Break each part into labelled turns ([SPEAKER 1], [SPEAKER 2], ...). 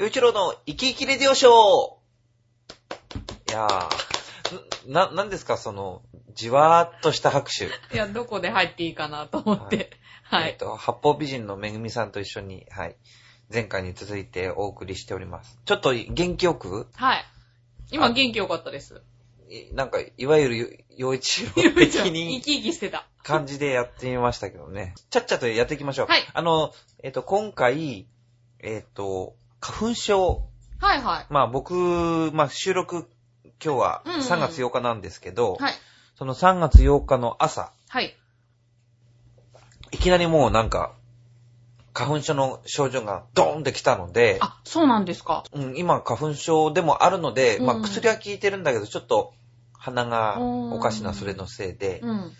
[SPEAKER 1] ゆういちろうの生き生きレディオショーいやー、んな、なんですか、その、じわーっとした拍手。
[SPEAKER 2] いや、どこで入っていいかなと思って。は
[SPEAKER 1] えっ
[SPEAKER 2] い。
[SPEAKER 1] と、八方美人のめぐみさんと一緒に、はい。前回に続いてお送りしております。ちょっと元気よく、
[SPEAKER 2] はい。
[SPEAKER 1] あ
[SPEAKER 2] 今元気よかっ たです。
[SPEAKER 1] いなんか、いわゆる洋一郎
[SPEAKER 2] ゆめ
[SPEAKER 1] 的
[SPEAKER 2] ちゃん、生き
[SPEAKER 1] に
[SPEAKER 2] 生きしてた。
[SPEAKER 1] 感じでやってみましたけどね。ちゃっちゃとやっていきましょう。
[SPEAKER 2] はい
[SPEAKER 1] あの、えっと、今回、えっと、花粉症
[SPEAKER 2] はいは
[SPEAKER 1] まあ僕、まあ収録今日は
[SPEAKER 2] うんうん
[SPEAKER 1] 3月8日なんですけど、
[SPEAKER 2] い。はい。
[SPEAKER 1] その3月8日の朝、
[SPEAKER 2] はい。
[SPEAKER 1] いきなりもうなんか、花粉症の症状がドーンってきたので、
[SPEAKER 2] あ、そうなんですか。
[SPEAKER 1] うん、今花粉症でもあるので、まあ
[SPEAKER 2] うん
[SPEAKER 1] 薬は効いてるんだけど、ちょっと鼻が
[SPEAKER 2] うん
[SPEAKER 1] おかしなそれのせいで、
[SPEAKER 2] うん。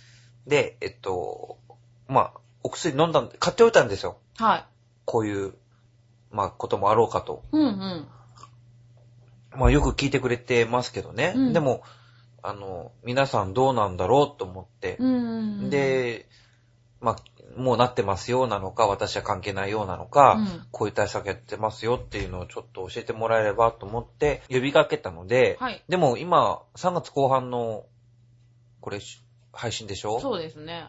[SPEAKER 1] で、えっと、まあ、お薬飲んだん、買っておいたんですよ。
[SPEAKER 2] はい。
[SPEAKER 1] こういう、まあこともあろうかと。
[SPEAKER 2] うんうん。
[SPEAKER 1] まあよく聞いてくれてますけどね。
[SPEAKER 2] うん
[SPEAKER 1] でも、あの、皆さんどうなんだろうと思って
[SPEAKER 2] う、んうん。、
[SPEAKER 1] で、まあ、もうなってますよなのか、私は関係ないようなのか、
[SPEAKER 2] うん
[SPEAKER 1] こういう対策やってますよっていうのをちょっと教えてもらえればと思って呼びかけたので、
[SPEAKER 2] はい。
[SPEAKER 1] でも今、3月後半の、これ、し配信でしょ
[SPEAKER 2] そうですね。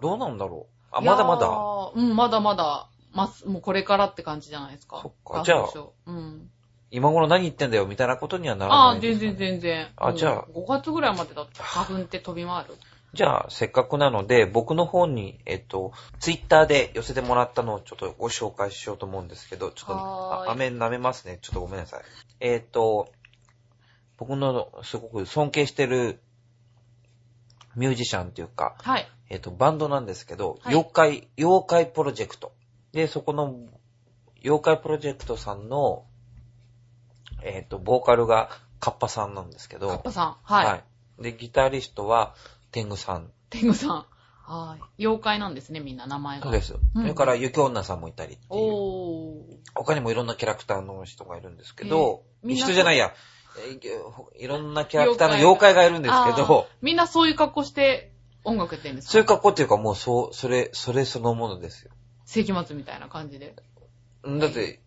[SPEAKER 1] どうなんだろうあ、
[SPEAKER 2] いや
[SPEAKER 1] ま
[SPEAKER 2] ー
[SPEAKER 1] だまだ。
[SPEAKER 2] うん、まだまだ。ます、もうこれからって感じじゃないですか。
[SPEAKER 1] そっかじゃあ
[SPEAKER 2] 花粉症うん。
[SPEAKER 1] 今頃何言ってんだよみたいなことにはなら
[SPEAKER 2] あ
[SPEAKER 1] な
[SPEAKER 2] あ、
[SPEAKER 1] いで
[SPEAKER 2] 全
[SPEAKER 1] すかね、
[SPEAKER 2] 然全然。
[SPEAKER 1] あじゃあ
[SPEAKER 2] 5月ぐらいまでだって花粉って飛び回る。
[SPEAKER 1] じゃあ、せっかくなので、僕の方に、えっと、ツイッターで寄せてもらったのをちょっとご紹介しようと思うんですけど、ちょっと、
[SPEAKER 2] はーい
[SPEAKER 1] あ飴舐めますね。ちょっとごめんなさい。えっと、僕のすごく尊敬してるミュージシャンというか、
[SPEAKER 2] はい。
[SPEAKER 1] えっと、バンドなんですけど、
[SPEAKER 2] はい
[SPEAKER 1] 妖怪、妖怪プロジェクト。で、そこの、妖怪プロジェクトさんの、えっと、ボーカルがカッパさんなんですけど、
[SPEAKER 2] カッパさん。はい。
[SPEAKER 1] いで、ギタリストは、天狗さん
[SPEAKER 2] 天狗さん。はい。妖怪なんですね、みんな名前が。
[SPEAKER 1] そうです。
[SPEAKER 2] うん
[SPEAKER 1] それから、雪女さんもいたりっていう。
[SPEAKER 2] おー。
[SPEAKER 1] 他にもいろんなキャラクターの人がいるんですけど、
[SPEAKER 2] えーみんな
[SPEAKER 1] 人じゃないや、えーほいろんなキャラクターの妖怪がいるんですけ
[SPEAKER 2] あー
[SPEAKER 1] ど、
[SPEAKER 2] みんなそういう格好して音楽やってるんですか
[SPEAKER 1] そういう格好っていうかもうそう、それ、それそのものですよ。
[SPEAKER 2] 世紀末みたいな感じで。
[SPEAKER 1] だって、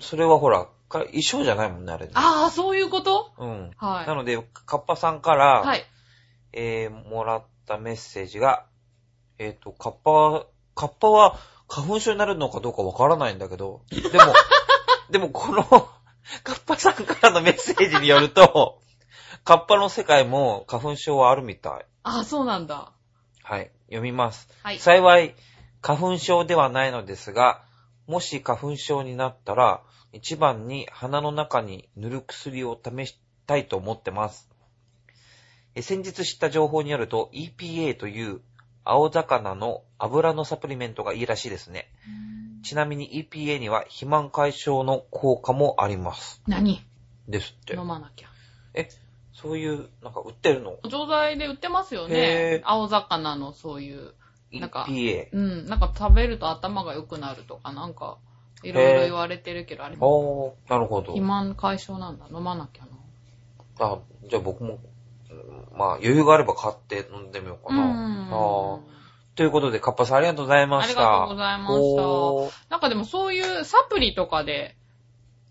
[SPEAKER 1] それはほら、か衣装じゃないもんね、あれね。
[SPEAKER 2] ああ、そういうこと
[SPEAKER 1] うん。
[SPEAKER 2] はい。
[SPEAKER 1] なので、カッパさんか
[SPEAKER 2] は
[SPEAKER 1] ら、
[SPEAKER 2] い。
[SPEAKER 1] えー、もらったメッセージが、えっ、と、カッパは、カッパは花粉症になるのかどうかわからないんだけど、でも、でもこの、カッパさんからのメッセージによると、カッパの世界も花粉症はあるみたい。
[SPEAKER 2] ああ、そうなんだ。
[SPEAKER 1] はい。読みます。
[SPEAKER 2] はい。
[SPEAKER 1] 幸い、花粉症ではないのですが、もし花粉症になったら、一番に鼻の中に塗る薬を試したいと思ってます。え先日知った情報によると、EPA という青魚の油のサプリメントがいいらしいですね。ちなみに EPA には肥満解消の効果もあります。
[SPEAKER 2] 何
[SPEAKER 1] ですって
[SPEAKER 2] 飲。まなきゃ。
[SPEAKER 1] そういう、なんか売ってるの
[SPEAKER 2] 錠剤で売ってますよ
[SPEAKER 1] へー
[SPEAKER 2] ね。青魚のそういう、なんか
[SPEAKER 1] ?EPA。
[SPEAKER 2] うん、なんか食べると頭が良くなるとか、なんか、いろいろ言われてるけど、あれ、肥
[SPEAKER 1] おー、なるほど。
[SPEAKER 2] 満解消なんだ。飲まなきゃな。
[SPEAKER 1] あ、じゃあ僕も、うんまあ余裕があれば買って飲んでみようかな。あーということで、カッパさんありがとうございま
[SPEAKER 2] あり
[SPEAKER 1] し
[SPEAKER 2] がと
[SPEAKER 1] た。
[SPEAKER 2] うございました。
[SPEAKER 1] おー
[SPEAKER 2] なんかでもそういうサプリとかで、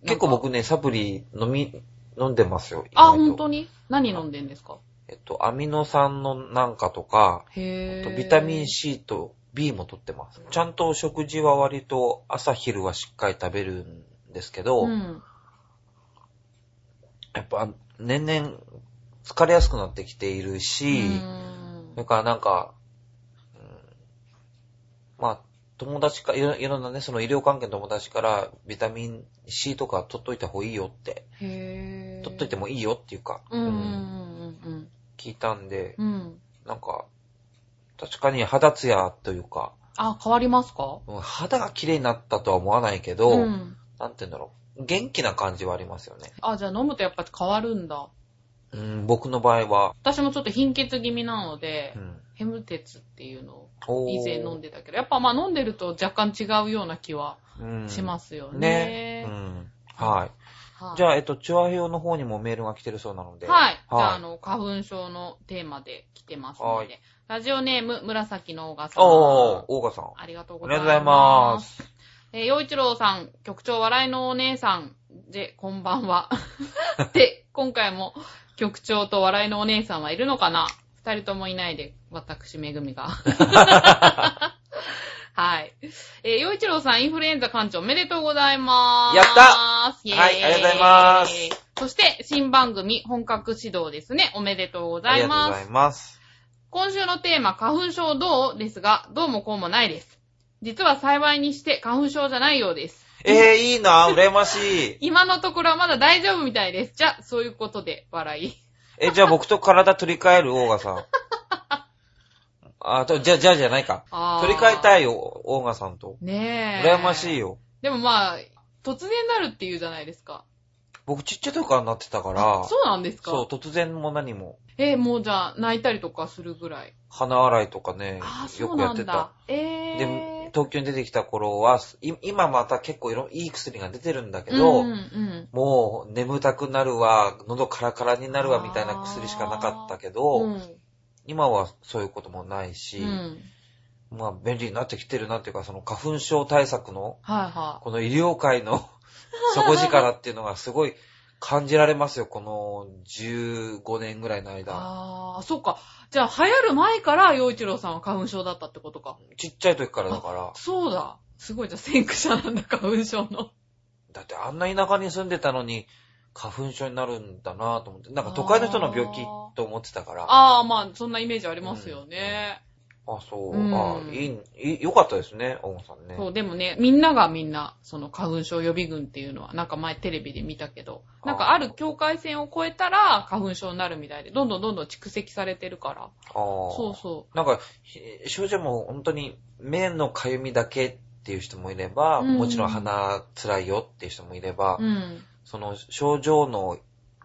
[SPEAKER 1] 結構僕ね、サプリ飲み、飲んでますよ。
[SPEAKER 2] あ、
[SPEAKER 1] 意外と
[SPEAKER 2] 本当に何飲んでんですか
[SPEAKER 1] えっと、アミノ酸のなんかとか、あ
[SPEAKER 2] へ
[SPEAKER 1] と
[SPEAKER 2] ぇ
[SPEAKER 1] ビタミン。C と B も取ってます。ちゃんと食事は割と朝昼はしっかり食べるんですけど、
[SPEAKER 2] うん。
[SPEAKER 1] やっぱ年々疲れやすくなってきている
[SPEAKER 2] う
[SPEAKER 1] し、
[SPEAKER 2] ん
[SPEAKER 1] それからなんか、うん、まあ、友達か、いろいろんなね、その医療関係の友達から、ビタミン C とか取っといた方がいいよって、
[SPEAKER 2] へぇ
[SPEAKER 1] 取っといてもいいよっていうか、
[SPEAKER 2] うんう
[SPEAKER 1] うん
[SPEAKER 2] んうん
[SPEAKER 1] 聞いたんで、
[SPEAKER 2] うん。うん。
[SPEAKER 1] なんか、確かに肌ツヤというか、
[SPEAKER 2] あ、変わりますか
[SPEAKER 1] うん肌が綺麗になったとは思わないけど、
[SPEAKER 2] ん。
[SPEAKER 1] なんて言うんだろう、元気な感じはありますよね。
[SPEAKER 2] あ、じゃあ飲むとやっぱ変わるんだ。
[SPEAKER 1] うん、僕の場合は、
[SPEAKER 2] 私もちょっと貧血気味なので
[SPEAKER 1] う、ん。
[SPEAKER 2] ヘム鉄っていうのを
[SPEAKER 1] おー
[SPEAKER 2] 以前飲んでたけど、やっぱまあ飲んでると若干違うような気は
[SPEAKER 1] うん
[SPEAKER 2] しますよ
[SPEAKER 1] ね。う
[SPEAKER 2] ね。
[SPEAKER 1] ん。はい。
[SPEAKER 2] はい
[SPEAKER 1] じゃあ、えっと、チュアヘオの方にもメールが来てるそうなので。
[SPEAKER 2] はい。じゃあ、
[SPEAKER 1] は
[SPEAKER 2] あ
[SPEAKER 1] い。
[SPEAKER 2] の、花粉症のテーマで来てます
[SPEAKER 1] は
[SPEAKER 2] の
[SPEAKER 1] い
[SPEAKER 2] で。ラジオネーム、紫のオーガさん。
[SPEAKER 1] おー、オーガさん。あ
[SPEAKER 2] ありがとう
[SPEAKER 1] り
[SPEAKER 2] ご
[SPEAKER 1] が
[SPEAKER 2] ざ
[SPEAKER 1] と
[SPEAKER 2] いうま
[SPEAKER 1] ご
[SPEAKER 2] す。
[SPEAKER 1] ざいます。
[SPEAKER 2] えー、洋一郎さん、局長笑いのお姉さん、で、こんばんは。 で、今回も局長と笑いのお姉さんはいるのかな二人ともいないで、私、めぐ みが。はい。えー、洋一郎さん、インフルエンザ館長おめでとうございます。
[SPEAKER 1] やった
[SPEAKER 2] イェーイ
[SPEAKER 1] はいありがとうございます。
[SPEAKER 2] そして、新番組、本格指導ですね。おめでとうござ
[SPEAKER 1] あり
[SPEAKER 2] い
[SPEAKER 1] がとう
[SPEAKER 2] ま
[SPEAKER 1] ご
[SPEAKER 2] す
[SPEAKER 1] ざ。います。
[SPEAKER 2] 今週のテーマ、花粉症どうですが、どうもこうもないです。実は幸いにして花粉症じゃないようです。
[SPEAKER 1] えー、いいな、羨ま しい。
[SPEAKER 2] 今のところはまだ大丈夫みたいです。じゃあ、そういうことで、笑い。
[SPEAKER 1] え、じゃあ僕と体取り替える、オーガさん。あ、と、じゃあ、じゃあじゃないか。
[SPEAKER 2] あ
[SPEAKER 1] 取り替えた
[SPEAKER 2] い。
[SPEAKER 1] いよ、オーガさんと。
[SPEAKER 2] ねえ。
[SPEAKER 1] 羨ましい。よ。
[SPEAKER 2] でもまあ、突然なるって言うじゃないですか。
[SPEAKER 1] 僕ちっちゃい時からなってたから、
[SPEAKER 2] そうなんですか
[SPEAKER 1] そう、突然も何も、
[SPEAKER 2] え、もうじゃあ、泣いたりとかするぐらい。
[SPEAKER 1] 鼻洗いとかね
[SPEAKER 2] ああ、、そ
[SPEAKER 1] よ
[SPEAKER 2] う
[SPEAKER 1] くや
[SPEAKER 2] な
[SPEAKER 1] っ
[SPEAKER 2] ん
[SPEAKER 1] てた
[SPEAKER 2] だ。。え
[SPEAKER 1] で
[SPEAKER 2] え。、
[SPEAKER 1] 東京に出てきた頃は、い今また結構いろ、いい薬が出てるんだけど、
[SPEAKER 2] うんうん
[SPEAKER 1] もう眠たくなるわ、喉カラカラになるわみたいな薬しかなかったけど、
[SPEAKER 2] うん。
[SPEAKER 1] 今はそういうこともないし、
[SPEAKER 2] うん。
[SPEAKER 1] まあ便利になってきてるなっていうか、その花粉症対策の、
[SPEAKER 2] はいは
[SPEAKER 1] この医療界の 底力っていうのがすごい感じられますよ、この15年ぐらいの
[SPEAKER 2] い。
[SPEAKER 1] 間。
[SPEAKER 2] ああ、そっか。じゃあ、流行る前から、洋一郎さんは花粉症だったってことか。
[SPEAKER 1] ちっちゃい時からだから、
[SPEAKER 2] そうだ。すごいじゃあ、先駆者なんだ、花粉症の。
[SPEAKER 1] だってあんな田舎に住んでたのに、花粉症になるんだなぁと思って、なんか都会の人の病気と思ってたから、あ
[SPEAKER 2] ああ、まあ、そんなイメージありますよね。
[SPEAKER 1] そう、
[SPEAKER 2] うん
[SPEAKER 1] あいい、いい、よかったですね、大野さんね。
[SPEAKER 2] そう、でもね、みんながみんな、その花粉症予備軍っていうのは、なんか前テレビで見たけど、なんかある境界線を越えたら花粉症になるみたいで、どんどんどんどん蓄積されてるから。
[SPEAKER 1] あー
[SPEAKER 2] そうそ
[SPEAKER 1] なんか、ひ症状も本当に目のかゆみだけっていう人もいれば、
[SPEAKER 2] うん
[SPEAKER 1] もちろん鼻辛いよっていう人もいれば、
[SPEAKER 2] う。うん。
[SPEAKER 1] その症状の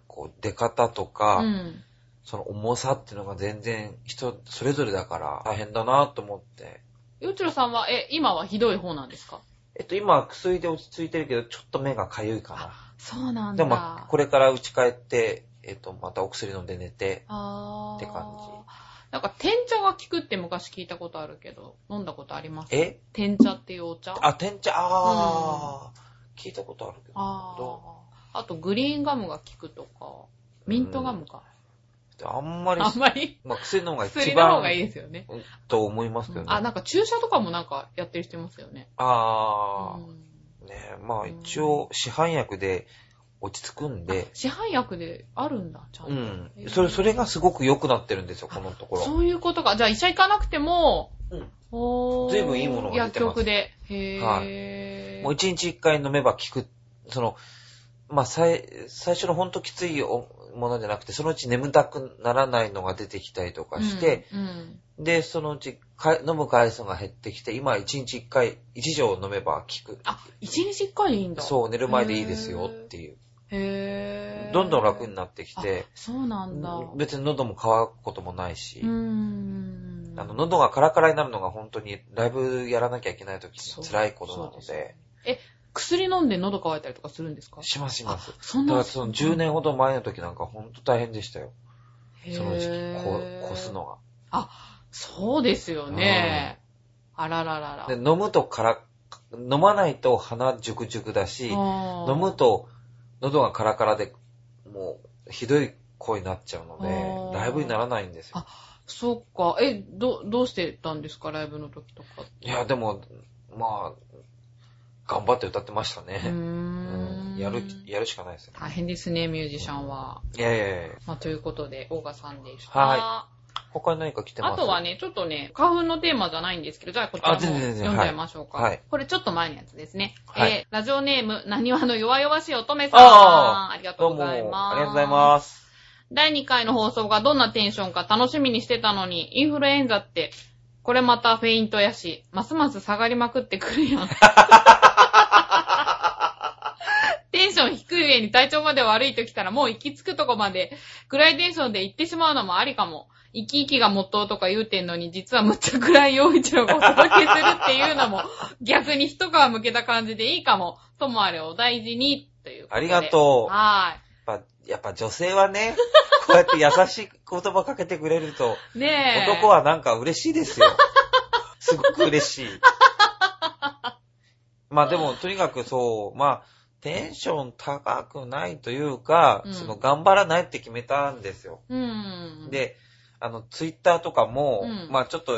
[SPEAKER 1] こう出方とか、
[SPEAKER 2] うん。
[SPEAKER 1] その重さっていうのが全然人それぞれだから大変だなと思って。
[SPEAKER 2] よちろさんは、え、今はひどい方なんですか
[SPEAKER 1] えっと、今は薬で落ち着いてるけど、ちょっと目がかゆいか
[SPEAKER 2] そうな
[SPEAKER 1] な。
[SPEAKER 2] ん
[SPEAKER 1] で
[SPEAKER 2] だ。
[SPEAKER 1] も、まあこれから家帰って、えっと、またお薬飲んで寝て、
[SPEAKER 2] あー
[SPEAKER 1] って感じ
[SPEAKER 2] なんか、天茶が効くって昔聞いたことあるけど、飲んだことあります
[SPEAKER 1] え
[SPEAKER 2] 天茶っていうお茶
[SPEAKER 1] あ、天茶、あー、聞いたことあるけど。
[SPEAKER 2] あ
[SPEAKER 1] ど
[SPEAKER 2] あ。あと、グリーンガムが効くとか、ミントガムか。
[SPEAKER 1] うあんまり
[SPEAKER 2] あんまり
[SPEAKER 1] まあ、薬の方が一
[SPEAKER 2] 薬の方
[SPEAKER 1] 番
[SPEAKER 2] がいいですよね。
[SPEAKER 1] うんと思いますけどね。
[SPEAKER 2] あ、なんか注射とかもなんかやってる人いますよね。
[SPEAKER 1] あー、
[SPEAKER 2] うん
[SPEAKER 1] ねまあ一応市販薬で落ち着くんで、
[SPEAKER 2] 市販薬であるんだ、ちゃんと。
[SPEAKER 1] うん
[SPEAKER 2] へ。ー
[SPEAKER 1] それ、それがすごく良くなってるんですよ、このところ。
[SPEAKER 2] そういうことか。じゃあ医者行かなくても、
[SPEAKER 1] うん
[SPEAKER 2] おー
[SPEAKER 1] 随分いいものが出てます
[SPEAKER 2] 薬局で。へぇー。
[SPEAKER 1] もう一日一回飲めば効く、その、まあ最、最初のほんときついおものじゃなくて、そのうち眠たくならないのが出てきたりとかして、
[SPEAKER 2] うん、うん
[SPEAKER 1] で、そのうちか飲む回数が減ってきて、今は一日一回、一錠飲めば効く。
[SPEAKER 2] あ、一日一回でいいんだ。
[SPEAKER 1] そう、寝る前でいいですよっていう。
[SPEAKER 2] へぇー。
[SPEAKER 1] どんどん楽に
[SPEAKER 2] な
[SPEAKER 1] なってきて、
[SPEAKER 2] そうなんだ。
[SPEAKER 1] 別に喉も渇くこともないし、
[SPEAKER 2] うん。
[SPEAKER 1] あの、喉がカラカラになるのが本当にライブやらなきゃいけない時
[SPEAKER 2] そ
[SPEAKER 1] に
[SPEAKER 2] う
[SPEAKER 1] 辛いことなの
[SPEAKER 2] そうすよ
[SPEAKER 1] で
[SPEAKER 2] ね、え、薬飲んで喉乾いたりとかするんですか
[SPEAKER 1] しますします。
[SPEAKER 2] そん
[SPEAKER 1] だか
[SPEAKER 2] な
[SPEAKER 1] らその10年ほど前の時なんか本当大変でしたよ。その時期、ここす。
[SPEAKER 2] へー
[SPEAKER 1] の
[SPEAKER 2] そうですよね。あららら
[SPEAKER 1] が。
[SPEAKER 2] ら。
[SPEAKER 1] で、飲むとカラ、飲まないと鼻ジュクジュクだし、飲
[SPEAKER 2] 飲
[SPEAKER 1] むと喉がカラカラで、もうひどい声になっちゃうの
[SPEAKER 2] あー
[SPEAKER 1] で、ライブにならないんですよ
[SPEAKER 2] あ。そっか。え、ど、どうしてたんですかライブの時とか。
[SPEAKER 1] いや、でも、まあ、頑張って歌ってました
[SPEAKER 2] うー
[SPEAKER 1] ね。うん
[SPEAKER 2] ん。
[SPEAKER 1] やる、やるしかないですよ。
[SPEAKER 2] 大変ですね、ミュージシャンは。
[SPEAKER 1] いやいやいや。
[SPEAKER 2] まあ、ということで、オーガさんでした。
[SPEAKER 1] は他に何か来てます
[SPEAKER 2] あとはね、ちょっとね、花粉のテーマじゃないんですけど、じゃあこちら
[SPEAKER 1] あ
[SPEAKER 2] も
[SPEAKER 1] 全然全然
[SPEAKER 2] 読んじゃいましょうか。
[SPEAKER 1] はいはい
[SPEAKER 2] これちょっと前のやつですね。
[SPEAKER 1] はい
[SPEAKER 2] えー、ラジオネーム、なにわの弱々しい乙女さん。
[SPEAKER 1] あ
[SPEAKER 2] ありがと
[SPEAKER 1] ど
[SPEAKER 2] う
[SPEAKER 1] うも、
[SPEAKER 2] ご
[SPEAKER 1] あ
[SPEAKER 2] ざ
[SPEAKER 1] り
[SPEAKER 2] います。
[SPEAKER 1] がとうございます。
[SPEAKER 2] 第2回の放送がどんなテンションか楽しみにしてたのに、インフルエンザって、これまたフェイントやし、ますます下がりまくってくるや ん。テンション低い上に体調まで悪いときたらもう行き着くとこまで、暗いテンションで行ってしまうのもありかも。生き生きがモットーとか言うてんのに、実はむっちゃ暗い陽一郎がお届けするっていう のも、逆に一皮向けた感じでいいかも。ともあれお大事に、ということ
[SPEAKER 1] あ
[SPEAKER 2] で。
[SPEAKER 1] りがとう。やっ
[SPEAKER 2] はーい。
[SPEAKER 1] ぱ、やっぱ女性は ね、こうやって優しい言葉かけてくれると、
[SPEAKER 2] ねえ。
[SPEAKER 1] 男はなんか嬉しいですよ。 すごく嬉しい。まあでも、とにかくそう、まあ、テンション高くないというか、
[SPEAKER 2] うん
[SPEAKER 1] その頑張らないって決めたんですよ。
[SPEAKER 2] うん。、
[SPEAKER 1] で、あの、ツイッターとかも、
[SPEAKER 2] うん
[SPEAKER 1] まあちょっと、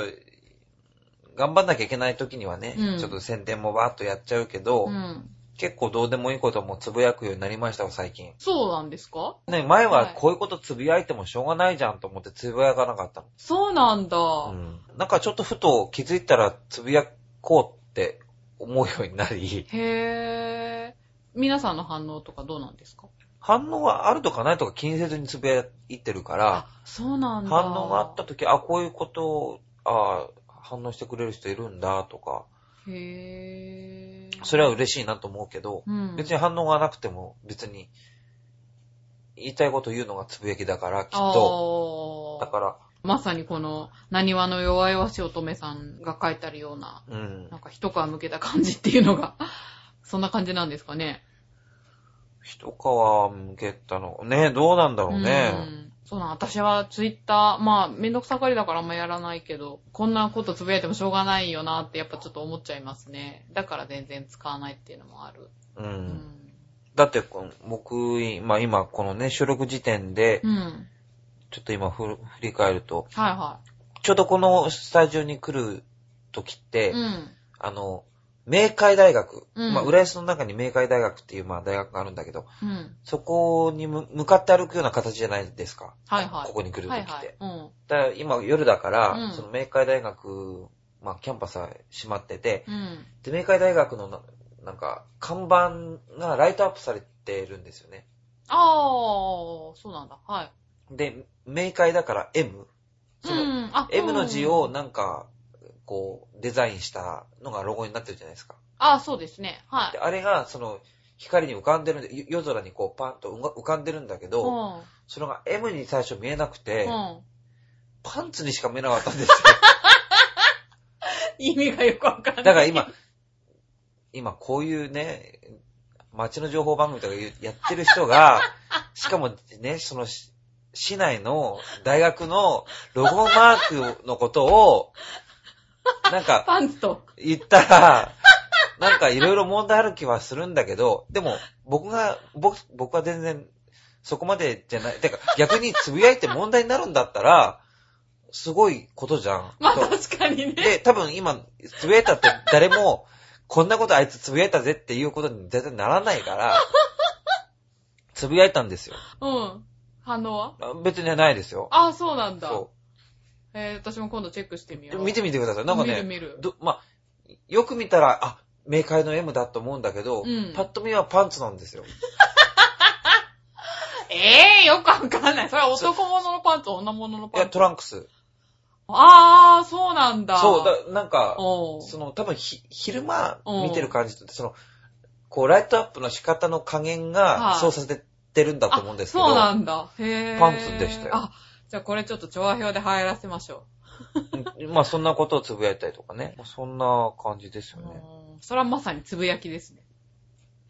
[SPEAKER 1] 頑張んなきゃいけない時にはね、
[SPEAKER 2] うん
[SPEAKER 1] ちょっと宣伝もバーっとやっちゃうけど、
[SPEAKER 2] うん。
[SPEAKER 1] 結構どうでもいいこともつぶやくようになりましたわ、最近。
[SPEAKER 2] そうなんですか
[SPEAKER 1] ね、前
[SPEAKER 2] は
[SPEAKER 1] はいこういうことつぶやいてもしょうがないじゃんと思ってつぶやかなかったの。
[SPEAKER 2] そうなんだ。
[SPEAKER 1] うん。なんかちょっとふと気づいたらつぶやこうって思うようになり、
[SPEAKER 2] へー。皆さんの反応とかどうなんですか
[SPEAKER 1] 反応があるとかないとか気にせずにつぶやいてるから、
[SPEAKER 2] そうなんだ。
[SPEAKER 1] 反応があった。時、あ、こういうことを、あ反応してくれる人いるんだとか、
[SPEAKER 2] へー。
[SPEAKER 1] それは嬉しいなと思うけど、
[SPEAKER 2] うん。
[SPEAKER 1] 別に反応がなくても別に言いたいこと言うのがつぶやきだから、きっと。
[SPEAKER 2] と
[SPEAKER 1] だから、
[SPEAKER 2] まさにこの、何話の弱々し乙女さんが書いてあるような、
[SPEAKER 1] うん
[SPEAKER 2] な。んか一皮向けた感じっていうのが、そんな感じなんですかね。
[SPEAKER 1] 一皮向けたの。ねどうなんだろうね。
[SPEAKER 2] ん。そうなん、私はツイッター、まあ、めんどくさがりだからあんまやらないけど、こんなことつぶやいてもしょうがないよなってやっぱちょっと思っちゃいますね。だから全然使わないっていうのもある。
[SPEAKER 1] うん。
[SPEAKER 2] うん。
[SPEAKER 1] だってこう、僕、まあ今、このね、収録時点で
[SPEAKER 2] う、ん。
[SPEAKER 1] ちょっと今ふ振り返ると、
[SPEAKER 2] はいは
[SPEAKER 1] ちょうどこのスタジオに来る時って、
[SPEAKER 2] い。うん。
[SPEAKER 1] あの、明海大学、
[SPEAKER 2] うん
[SPEAKER 1] まあ浦安の中に明海大学っていうまあ大学があるんだけど、
[SPEAKER 2] うん。
[SPEAKER 1] そこにむ向かって歩くような形じゃないですか。
[SPEAKER 2] はいはい。
[SPEAKER 1] ここに来る時っ
[SPEAKER 2] は
[SPEAKER 1] て。
[SPEAKER 2] いはい。うん。
[SPEAKER 1] だから今夜だから、
[SPEAKER 2] うん
[SPEAKER 1] その明海大学、まあキャンパスは閉まってて、
[SPEAKER 2] うん。
[SPEAKER 1] で、明海大学のな、なんか、看板がライトアップされてるんですよね。
[SPEAKER 2] ああ、そうなんだ。はい。
[SPEAKER 1] で、明海だから M。そうの、
[SPEAKER 2] ん。あ、
[SPEAKER 1] M の字
[SPEAKER 2] う
[SPEAKER 1] を
[SPEAKER 2] ん
[SPEAKER 1] なんか、こう、デザインしたのがロゴになってるじゃないですか。
[SPEAKER 2] ああ、そうですね。はい
[SPEAKER 1] で、。あれが、その、光に浮かんでるんで、よ夜空にこう、パンとうが浮かんでるんだけ
[SPEAKER 2] う
[SPEAKER 1] ど、
[SPEAKER 2] ん。
[SPEAKER 1] それが M に最初見えなくて、
[SPEAKER 2] うん。
[SPEAKER 1] パンツにしか見えなかったんですよ。
[SPEAKER 2] 意味がよくわかんない。
[SPEAKER 1] だから今、今こういうね、街の情報番組とかいうやってる人 が、しかもね、そのし市内の大学のロゴマークのことを、なんか
[SPEAKER 2] パンツと。
[SPEAKER 1] 言ったら、なんかいろいろ問題ある気はするんだけど、でも僕が、僕、僕は全然そこまでじゃない、てか逆につぶやいて問題になるんだったら、すごいことじゃん。
[SPEAKER 2] まあ
[SPEAKER 1] と
[SPEAKER 2] 確かにね。
[SPEAKER 1] で、多分今、つぶやいたって誰も、こんなことあいつつぶやいたぜっていうことに絶対ならないから、つぶやいたんですよ。
[SPEAKER 2] うん。反応は
[SPEAKER 1] あ別にないですよ。
[SPEAKER 2] ああ、そうなんだ。
[SPEAKER 1] そ
[SPEAKER 2] えー、私も今度チェックしてみ
[SPEAKER 1] う。
[SPEAKER 2] よ
[SPEAKER 1] で
[SPEAKER 2] う。
[SPEAKER 1] も見てみてください。なんかね、
[SPEAKER 2] 見る見る。
[SPEAKER 1] どまあ、よく見たら、あ、明快の M だと思うんだけど、
[SPEAKER 2] うん
[SPEAKER 1] パッと見はパンツなんですよ。
[SPEAKER 2] ええー、よくわかんない。それは男物のパンツ、女物の
[SPEAKER 1] い
[SPEAKER 2] パ
[SPEAKER 1] や、
[SPEAKER 2] ンツ。
[SPEAKER 1] トランクス。
[SPEAKER 2] ああ、そうなんだ。
[SPEAKER 1] そう、だなんか、
[SPEAKER 2] おう
[SPEAKER 1] その、多分ひ、昼間
[SPEAKER 2] うん
[SPEAKER 1] 見てる感じと、その、こう、ライトアップの仕方の加減
[SPEAKER 2] は
[SPEAKER 1] が、
[SPEAKER 2] い
[SPEAKER 1] そうさせてるんだと思うんですけど、
[SPEAKER 2] そうなんだ。へえ。
[SPEAKER 1] パンツでしたよ
[SPEAKER 2] あ、じゃあこれちょっと調和表で入らせましょ
[SPEAKER 1] うんまあそんなことをつぶやいたりとかね。そんな感じです
[SPEAKER 2] う。
[SPEAKER 1] よね。
[SPEAKER 2] うんそれはまさにつぶやきですね。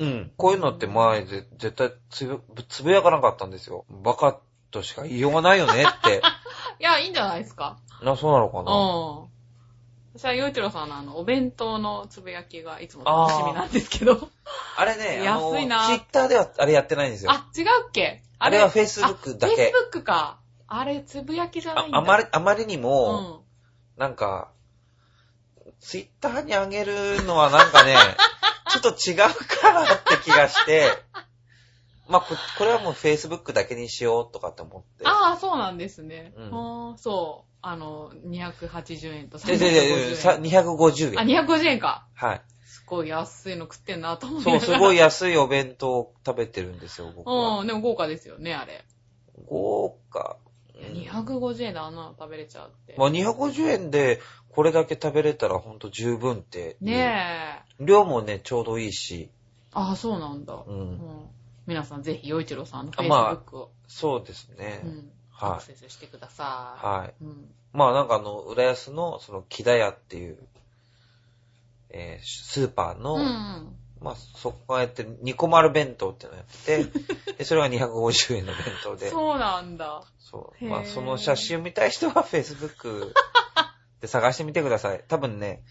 [SPEAKER 1] うん。こういうのって前で絶対つぶつぶやかなかったんですよ。バカとしか言いようがないよね って。
[SPEAKER 2] いや、いいんじゃないですか。
[SPEAKER 1] な、そうなのか
[SPEAKER 2] うん
[SPEAKER 1] な。。
[SPEAKER 2] 私は、洋一郎さんのあの、お弁当のつぶやきがいつも楽しみなんですけど。
[SPEAKER 1] あれね、あの、ツ
[SPEAKER 2] 安
[SPEAKER 1] イ
[SPEAKER 2] いな
[SPEAKER 1] ッターではあれやってないんですよ。あ
[SPEAKER 2] あ、違うっけ
[SPEAKER 1] れは Facebook だけ。
[SPEAKER 2] あ Facebook か。あれ、つぶやきじゃな
[SPEAKER 1] あ
[SPEAKER 2] いんだ。
[SPEAKER 1] あまり、あまりに
[SPEAKER 2] う
[SPEAKER 1] も、
[SPEAKER 2] ん。
[SPEAKER 1] なんか、ツイッターにあげるのはなん かね、ちょっと違うかなって気がして、まあこ、これはもう Facebook だけにしようとかって思って。
[SPEAKER 2] ああ、そうなんですね。
[SPEAKER 1] う
[SPEAKER 2] うんん、そう。あの、280円と
[SPEAKER 1] で、で、で、さ
[SPEAKER 2] 350円。
[SPEAKER 1] 250
[SPEAKER 2] あ、
[SPEAKER 1] 円。
[SPEAKER 2] 250円か。
[SPEAKER 1] はい。
[SPEAKER 2] すごい安いの食ってんなと思って。
[SPEAKER 1] そう、すご
[SPEAKER 2] い。
[SPEAKER 1] い安いお弁当を食べてるんですよ、僕は。
[SPEAKER 2] うん、でも豪華ですよね、あれ。
[SPEAKER 1] 豪華。
[SPEAKER 2] いや250円であんなの食べれちゃうって
[SPEAKER 1] ま。あ、250円でこれだけ食べれたらほんと十分って。
[SPEAKER 2] ねえ。
[SPEAKER 1] 量もね、ちょうどいいし。
[SPEAKER 2] ああ、そうなんだ。
[SPEAKER 1] う。
[SPEAKER 2] うんん皆さんぜひ、洋一郎さんの
[SPEAKER 1] あまあ
[SPEAKER 2] Facebook を、
[SPEAKER 1] そうですね
[SPEAKER 2] う。ん、ア
[SPEAKER 1] は
[SPEAKER 2] クセスしてくださ
[SPEAKER 1] い。
[SPEAKER 2] い。
[SPEAKER 1] はい。
[SPEAKER 2] うん
[SPEAKER 1] まあ、なんかあの、浦安の、その、木田屋っていう、えースーパーの、
[SPEAKER 2] うんうん。
[SPEAKER 1] まあ、そこがやってる、ニコ丸弁当っていうのやってて、でそれが250円の弁当で。
[SPEAKER 2] そうなんだ。
[SPEAKER 1] そう。
[SPEAKER 2] へー
[SPEAKER 1] まあ、その写真を見たい人は Facebook で探してみてください。多分ね、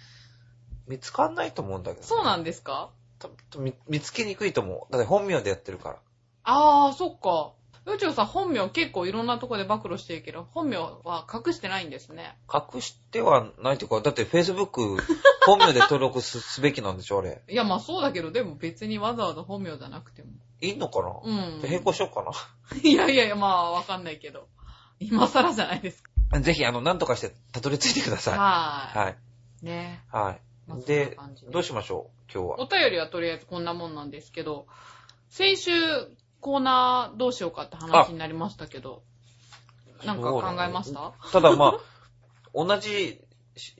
[SPEAKER 1] 見つかんないと思うんだけど、
[SPEAKER 2] そうなんんですか
[SPEAKER 1] 多分見見つけにくいと思う。だって本名でやってるから。
[SPEAKER 2] あー、そっか。よちょさん本名結構いろんなとこで暴露してるけど、本名は隠してないんですね。
[SPEAKER 1] 隠してはないというか、だって Facebook 本名で登録すすべきなんでしょ、あれ。
[SPEAKER 2] いや、まあそうだけど、でも別にわざわざ本名じゃなくても。
[SPEAKER 1] いいのかな、
[SPEAKER 2] うん。
[SPEAKER 1] じゃあ変更しようかな。
[SPEAKER 2] いやいやいや、まあわかんないけど。今更じゃないですか。
[SPEAKER 1] ぜひ、あの、なんとか してたどり着いてください。
[SPEAKER 2] は
[SPEAKER 1] はい。
[SPEAKER 2] い。ね。
[SPEAKER 1] はい。
[SPEAKER 2] まあそん
[SPEAKER 1] で
[SPEAKER 2] な感じ、
[SPEAKER 1] どうしましょう今日
[SPEAKER 2] お
[SPEAKER 1] は。
[SPEAKER 2] 便りはとりあえずこんなもんなんですけど、先週コーナーどうしようかって話になりましたけど、なんか考えました
[SPEAKER 1] ただまあ、同じ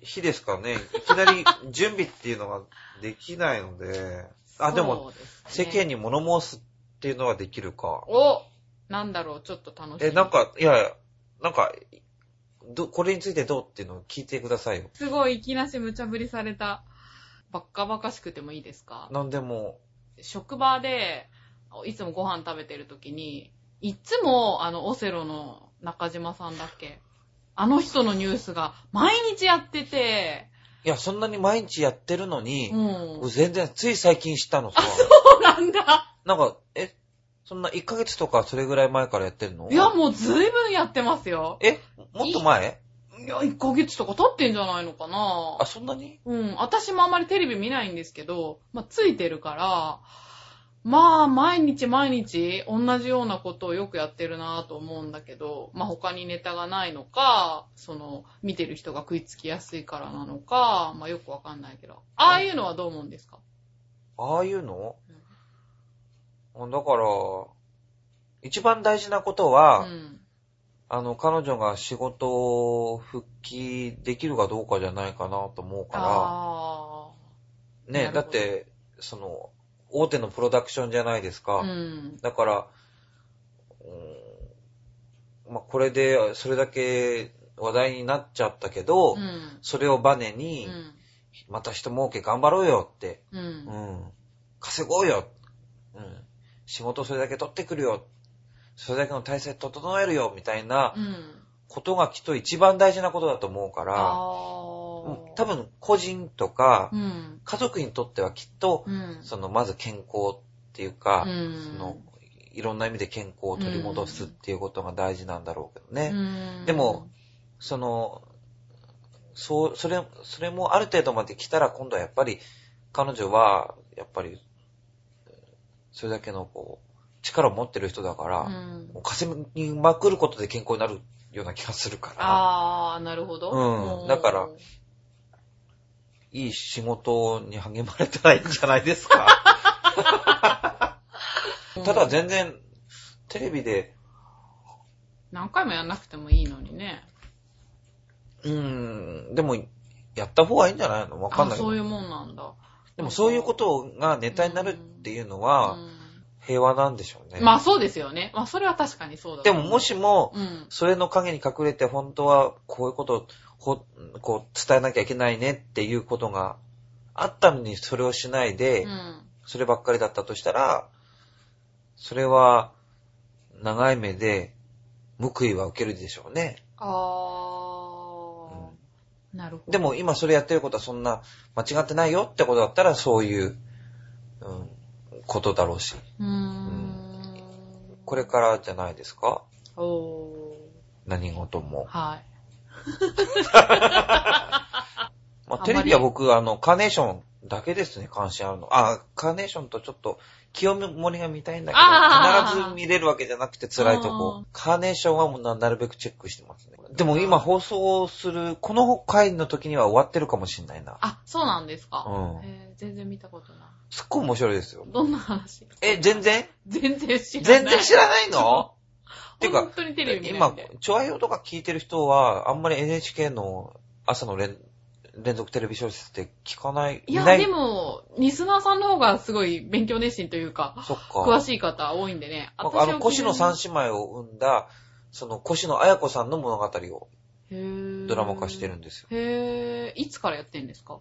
[SPEAKER 1] 日ですからね、いきなり準備っていうのができないので、あ、でも、、
[SPEAKER 2] そう
[SPEAKER 1] 世
[SPEAKER 2] ですね
[SPEAKER 1] 間に物申すっていうのはできるか。
[SPEAKER 2] おなんだろう、ちょっと楽しみ。
[SPEAKER 1] え、なんか、いやいや、なんか、ど、これについてどうっていうのを聞いてくださいよ。
[SPEAKER 2] すごい、いきなし無茶ぶりされた。ばっかばかしくてもいいですか
[SPEAKER 1] なんでも、
[SPEAKER 2] 職場で、いつもご飯食べてる時に、いつも、あの、オセロの中島さんだっけあの人のニュースが毎日やってて、
[SPEAKER 1] いや、そんなに毎日やってるのに
[SPEAKER 2] う、ん。
[SPEAKER 1] 僕全然、つい最近知ったのさ。
[SPEAKER 2] そうなんだ。
[SPEAKER 1] なんか、え、そんな1ヶ月とかそれぐらい前からやってるの
[SPEAKER 2] いや、もうずいぶんやってますよ。
[SPEAKER 1] え、もっと前
[SPEAKER 2] いや、1ヶ月とか経ってんじゃないのかな
[SPEAKER 1] あ、そんなに
[SPEAKER 2] うん、私もあまりテレビ見ないんですけど、まあ、ついてるから、まあ、毎日毎日同じようなことをよくやってるなぁと思うんだけど、まあ、他にネタがないのか、その、見てる人が食いつきやすいからなのか、まあ、よくわかんないけど、ああいうのはどう思うんですか
[SPEAKER 1] ああいうのあだから、一番大事なことは、
[SPEAKER 2] うん。
[SPEAKER 1] あの、彼女が仕事を復帰できるかどうかじゃないかなと思うか
[SPEAKER 2] あ
[SPEAKER 1] ら、
[SPEAKER 2] な
[SPEAKER 1] ね、
[SPEAKER 2] るほ
[SPEAKER 1] だ
[SPEAKER 2] ど
[SPEAKER 1] って、その、大手のプロダクションじゃないですか。
[SPEAKER 2] あ。うん。
[SPEAKER 1] だから、うーんまあ、これで、それだけ話題になっちゃったけど、
[SPEAKER 2] うん。
[SPEAKER 1] それをバネに、また人儲け頑張ろうよって、
[SPEAKER 2] うん。う。
[SPEAKER 1] うんん、稼ごうよ、うん、仕事それだけ取ってくるよ、それだけの体制整えるよ、みたいな
[SPEAKER 2] うん。
[SPEAKER 1] ことがきっと一番大事なことだと思うから、うん
[SPEAKER 2] あ
[SPEAKER 1] 多
[SPEAKER 2] 分、
[SPEAKER 1] 分個人とか
[SPEAKER 2] う、ん。
[SPEAKER 1] 家族にとってはきっと、
[SPEAKER 2] うん。
[SPEAKER 1] その、まず健康っていうか、
[SPEAKER 2] うん
[SPEAKER 1] その、いろんな意味で健康を取り戻すっていうことが大事なんだろうけどね。
[SPEAKER 2] うん
[SPEAKER 1] でも、その、そう、それ、それもある程度まで来たら今度はやっぱり、彼女は、やっぱり、それだけのこう、力を持ってる人だか
[SPEAKER 2] う
[SPEAKER 1] ら、
[SPEAKER 2] ん。
[SPEAKER 1] もう稼ぎまくることで健康になるような気がするから、
[SPEAKER 2] あー、なるほど。
[SPEAKER 1] うんだからいい仕事に励まれたらいいんじゃないですか。
[SPEAKER 2] うん
[SPEAKER 1] ただ全然、テレビで、
[SPEAKER 2] 何回もやんなくてもいいのにね。
[SPEAKER 1] うん、でも、やった方がいいんじゃないのわかん
[SPEAKER 2] あ
[SPEAKER 1] ないけ
[SPEAKER 2] そう
[SPEAKER 1] ど。
[SPEAKER 2] いうもんなんだ。
[SPEAKER 1] でもそういうことがネタになるっていうのは
[SPEAKER 2] う、ん
[SPEAKER 1] 平和なんでしょうね。
[SPEAKER 2] まあそうですよね。まあそれは確かにそうだ。
[SPEAKER 1] でもも、しも、
[SPEAKER 2] うん。
[SPEAKER 1] それの陰に隠れて本当はこういうことをほこう伝えなきゃいけないねっていうことがあったのにそれをしないで、
[SPEAKER 2] うん。
[SPEAKER 1] そればっかりだったとしたら、それは長い目で報いは受けるでしょうね。
[SPEAKER 2] あー。なるほど。
[SPEAKER 1] で、も今それやってることはそんな間違ってないよってことだったらそういう、うん、ことだろうし。
[SPEAKER 2] うーん。
[SPEAKER 1] これからじゃないですか
[SPEAKER 2] お
[SPEAKER 1] 何事
[SPEAKER 2] ー。
[SPEAKER 1] も。
[SPEAKER 2] はい。
[SPEAKER 1] まあ、
[SPEAKER 2] あんま
[SPEAKER 1] テ
[SPEAKER 2] り
[SPEAKER 1] レビは僕、あの、カーネーションだけですね、関心あるの。あ、カーネーションとちょっと、清盛が見たいんだ
[SPEAKER 2] あ
[SPEAKER 1] け
[SPEAKER 2] ー
[SPEAKER 1] ど、必ず見れるわけじゃなくて辛いとこ。カーネーションはもうななるべくチェックしてますね。でも今放送する、この回の時には終わってるかもしんないな。
[SPEAKER 2] あ、そうなんです
[SPEAKER 1] う
[SPEAKER 2] か。
[SPEAKER 1] ん。
[SPEAKER 2] えー全然見たことな
[SPEAKER 1] すっごい面白いですよ
[SPEAKER 2] い。。どんな話
[SPEAKER 1] え、全然
[SPEAKER 2] 全然知らない。
[SPEAKER 1] 全然知らない のてか
[SPEAKER 2] 本当にテレビ見な
[SPEAKER 1] 今
[SPEAKER 2] いんで。、
[SPEAKER 1] 調和用とか聞いてる人は、あんまり NHK の朝の連連続テレビ小説って聞かない、
[SPEAKER 2] い
[SPEAKER 1] 見
[SPEAKER 2] や、
[SPEAKER 1] ない
[SPEAKER 2] でも、リスナーさんの方がすごい勉強熱心というか、
[SPEAKER 1] そっか。
[SPEAKER 2] 詳しい方多いんでね。
[SPEAKER 1] まあ、あの、越野三
[SPEAKER 2] 種
[SPEAKER 1] 姉妹を生んだ、その、越野彩子さんの物語をドラマ化してるんですよ。
[SPEAKER 2] へー、いつからやってんですか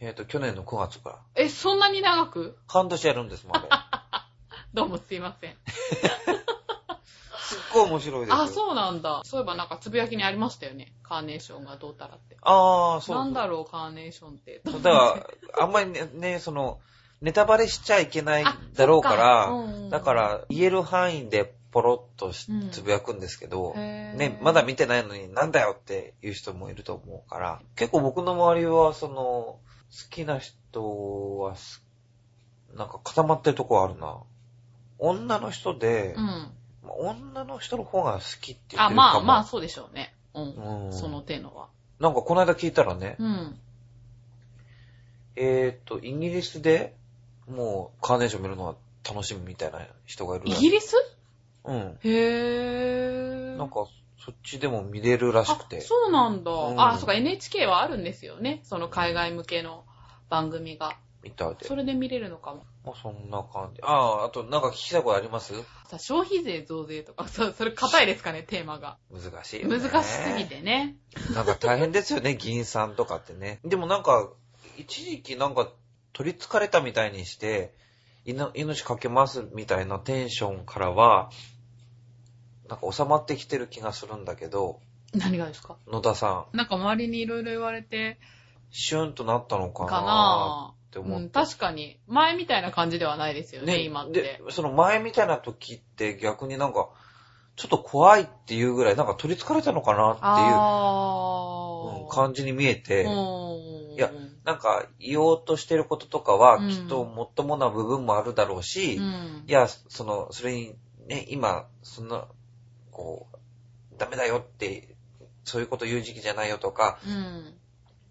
[SPEAKER 1] えっ、と、去年の9月から。
[SPEAKER 2] え、そんなに長く
[SPEAKER 1] 半年やるんですもん、あれ。
[SPEAKER 2] どうもすいません。
[SPEAKER 1] すっごい面白いですよ。
[SPEAKER 2] あ、そうなんだ。そういえばなんかつぶやきにありましたよね。カーネーションがどうたらって。
[SPEAKER 1] あーそう。
[SPEAKER 2] なんだろう、カーネーションって。
[SPEAKER 1] だから、あんまりね、ねその、ネタバレしちゃいけない
[SPEAKER 2] あ
[SPEAKER 1] だろうから、
[SPEAKER 2] そっうんうん
[SPEAKER 1] だから言える範囲でポロッとし
[SPEAKER 2] うん
[SPEAKER 1] つぶやくんですけど、
[SPEAKER 2] へー
[SPEAKER 1] ね、まだ見てないのになんだよっていう人もいると思うから、結構僕の周りは、その、好きな人はす、なんか固まってるとこあるな。女の人で、
[SPEAKER 2] うん。
[SPEAKER 1] まあ女の人の方が好きって言っ
[SPEAKER 2] あ、
[SPEAKER 1] てるか
[SPEAKER 2] ま
[SPEAKER 1] も。
[SPEAKER 2] あまあ、そうでしょうね。うん。
[SPEAKER 1] うん、
[SPEAKER 2] その手のは。
[SPEAKER 1] なんかこの間聞いたらね、
[SPEAKER 2] うん。
[SPEAKER 1] えー、と、イギリスでもうカーネーション見るのは楽しみみたいな人がいる
[SPEAKER 2] イ
[SPEAKER 1] らしい
[SPEAKER 2] ギリス
[SPEAKER 1] うん。
[SPEAKER 2] へー。
[SPEAKER 1] なんか、そっちでも見れるらしく
[SPEAKER 2] あ
[SPEAKER 1] て。
[SPEAKER 2] そうなんだ。
[SPEAKER 1] うん
[SPEAKER 2] あ、そうか、NHK はあるんですよね。その海外向けの番組が。
[SPEAKER 1] みたいで
[SPEAKER 2] そ。れで見れるのかも。
[SPEAKER 1] まあそんな感じ。ああ、あとなんか聞きたいことあります
[SPEAKER 2] さ、消費税増税とか、 そそれ硬いですかね、テーマが。
[SPEAKER 1] 難しいよね。
[SPEAKER 2] 難しすぎ。てね。
[SPEAKER 1] なんか大変ですよね、議員さんとかってね。でもなんか、一時期なんか取り憑かれたみたいにして、いの命かけますみたいなテンションからは、なんか収まってきてる気がするんだけど、
[SPEAKER 2] 何がですか
[SPEAKER 1] 野田さん、
[SPEAKER 2] なんか周りにいろいろ言われて、
[SPEAKER 1] シュンとなったのか
[SPEAKER 2] か
[SPEAKER 1] な
[SPEAKER 2] な
[SPEAKER 1] ーって
[SPEAKER 2] ぁ。
[SPEAKER 1] 思
[SPEAKER 2] う
[SPEAKER 1] っ
[SPEAKER 2] ん、
[SPEAKER 1] て。
[SPEAKER 2] 確かに。前みたいな感じではないですよね、今って
[SPEAKER 1] で。、その前みたいな時って逆になんか、ちょっと怖いっていうぐらい、なんか取り憑かれたのかなっ
[SPEAKER 2] あ
[SPEAKER 1] ていううん
[SPEAKER 2] ー。
[SPEAKER 1] 感じに見えて、
[SPEAKER 2] うん
[SPEAKER 1] いやなんか言おうとしてることとかは、
[SPEAKER 2] うん
[SPEAKER 1] きっともっともな部分もあるだろうし、い
[SPEAKER 2] うん。
[SPEAKER 1] や、その、それにね、今、そんな、こう、ダメだよって、そういうこと言う時期じゃないよとか、
[SPEAKER 2] うん。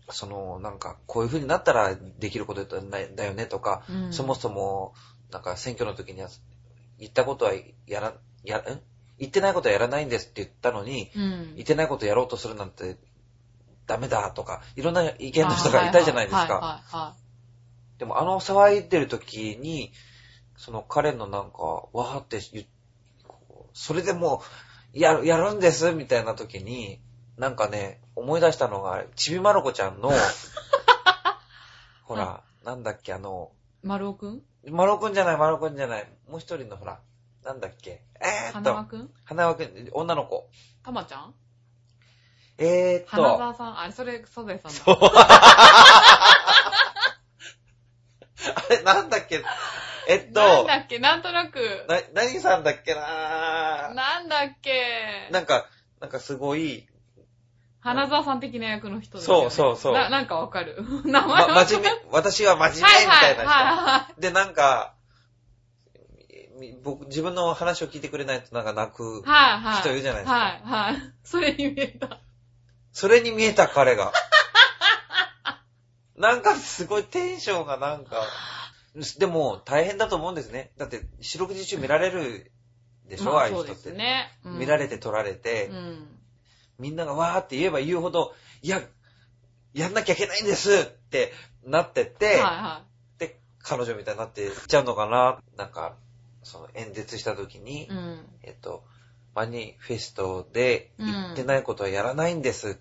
[SPEAKER 1] その、なんか、こういう風になったらできることだよねとか、
[SPEAKER 2] うん
[SPEAKER 1] そもそも、なんか選挙の時には、言ったことはやら、や、ん言ってないことはやらないんですって言ったのに、
[SPEAKER 2] うん
[SPEAKER 1] 言っ。てないことやろうとするなんて、ダメだとか、いろんな意見の人がいたじゃないです
[SPEAKER 2] はいはい
[SPEAKER 1] か。
[SPEAKER 2] は
[SPEAKER 1] でもあの騒いでる時に、その彼のなんか、わーって言っこうそれでもう、やる、やるんですみたいな時に、なんかね、思い出したのが、ちびまる子ちゃんの、ほら、なんだっけ、あの、
[SPEAKER 2] い。丸尾くん
[SPEAKER 1] マロくんじゃない、マロくんじゃない。もう一人のほら、なんだっけ。えー、っ
[SPEAKER 2] 花輪
[SPEAKER 1] と、
[SPEAKER 2] くん
[SPEAKER 1] 花輪くん、女の子。
[SPEAKER 2] たまちゃん
[SPEAKER 1] えー、っ
[SPEAKER 2] 花
[SPEAKER 1] と、
[SPEAKER 2] 沢さんあれ、それ、サザエさんだ。
[SPEAKER 1] あれ、なんだっけ。えっと、
[SPEAKER 2] なんだ
[SPEAKER 1] な、
[SPEAKER 2] っけなんとなく。
[SPEAKER 1] 何さんだっけな
[SPEAKER 2] なんだっけ
[SPEAKER 1] なんか、なんかすごい、
[SPEAKER 2] 花沢さん的な役の人ですよね。
[SPEAKER 1] そうそうそう
[SPEAKER 2] ななんかわかる。 名前
[SPEAKER 1] ま、
[SPEAKER 2] は。
[SPEAKER 1] 真面目、私は真面目
[SPEAKER 2] はい
[SPEAKER 1] みた
[SPEAKER 2] はい
[SPEAKER 1] いな人。
[SPEAKER 2] は
[SPEAKER 1] で、なんか、み僕、自分の話を聞いてくれないとなんか泣く
[SPEAKER 2] い。。はいはい。
[SPEAKER 1] 人いるじゃないですか
[SPEAKER 2] はいはい。それに見えた。
[SPEAKER 1] それに見えた彼が。 なんかすごいテンションがなんか、でも大変だと思うんですね。だって四六時中見られるでしょ、
[SPEAKER 2] ま
[SPEAKER 1] あ
[SPEAKER 2] あ
[SPEAKER 1] あいう
[SPEAKER 2] そう
[SPEAKER 1] 人
[SPEAKER 2] で
[SPEAKER 1] って。
[SPEAKER 2] すね。うん
[SPEAKER 1] 見られて撮られて、
[SPEAKER 2] うん。
[SPEAKER 1] みんながわーって言えば言うほど、いや、やんなきゃいけないんですってなってって、
[SPEAKER 2] はいは
[SPEAKER 1] で、彼女みたいになっていっちゃうのかな。なんか、その演説した時に、
[SPEAKER 2] い。うん。
[SPEAKER 1] えっと、マニフェストで言ってないことはやらないんですって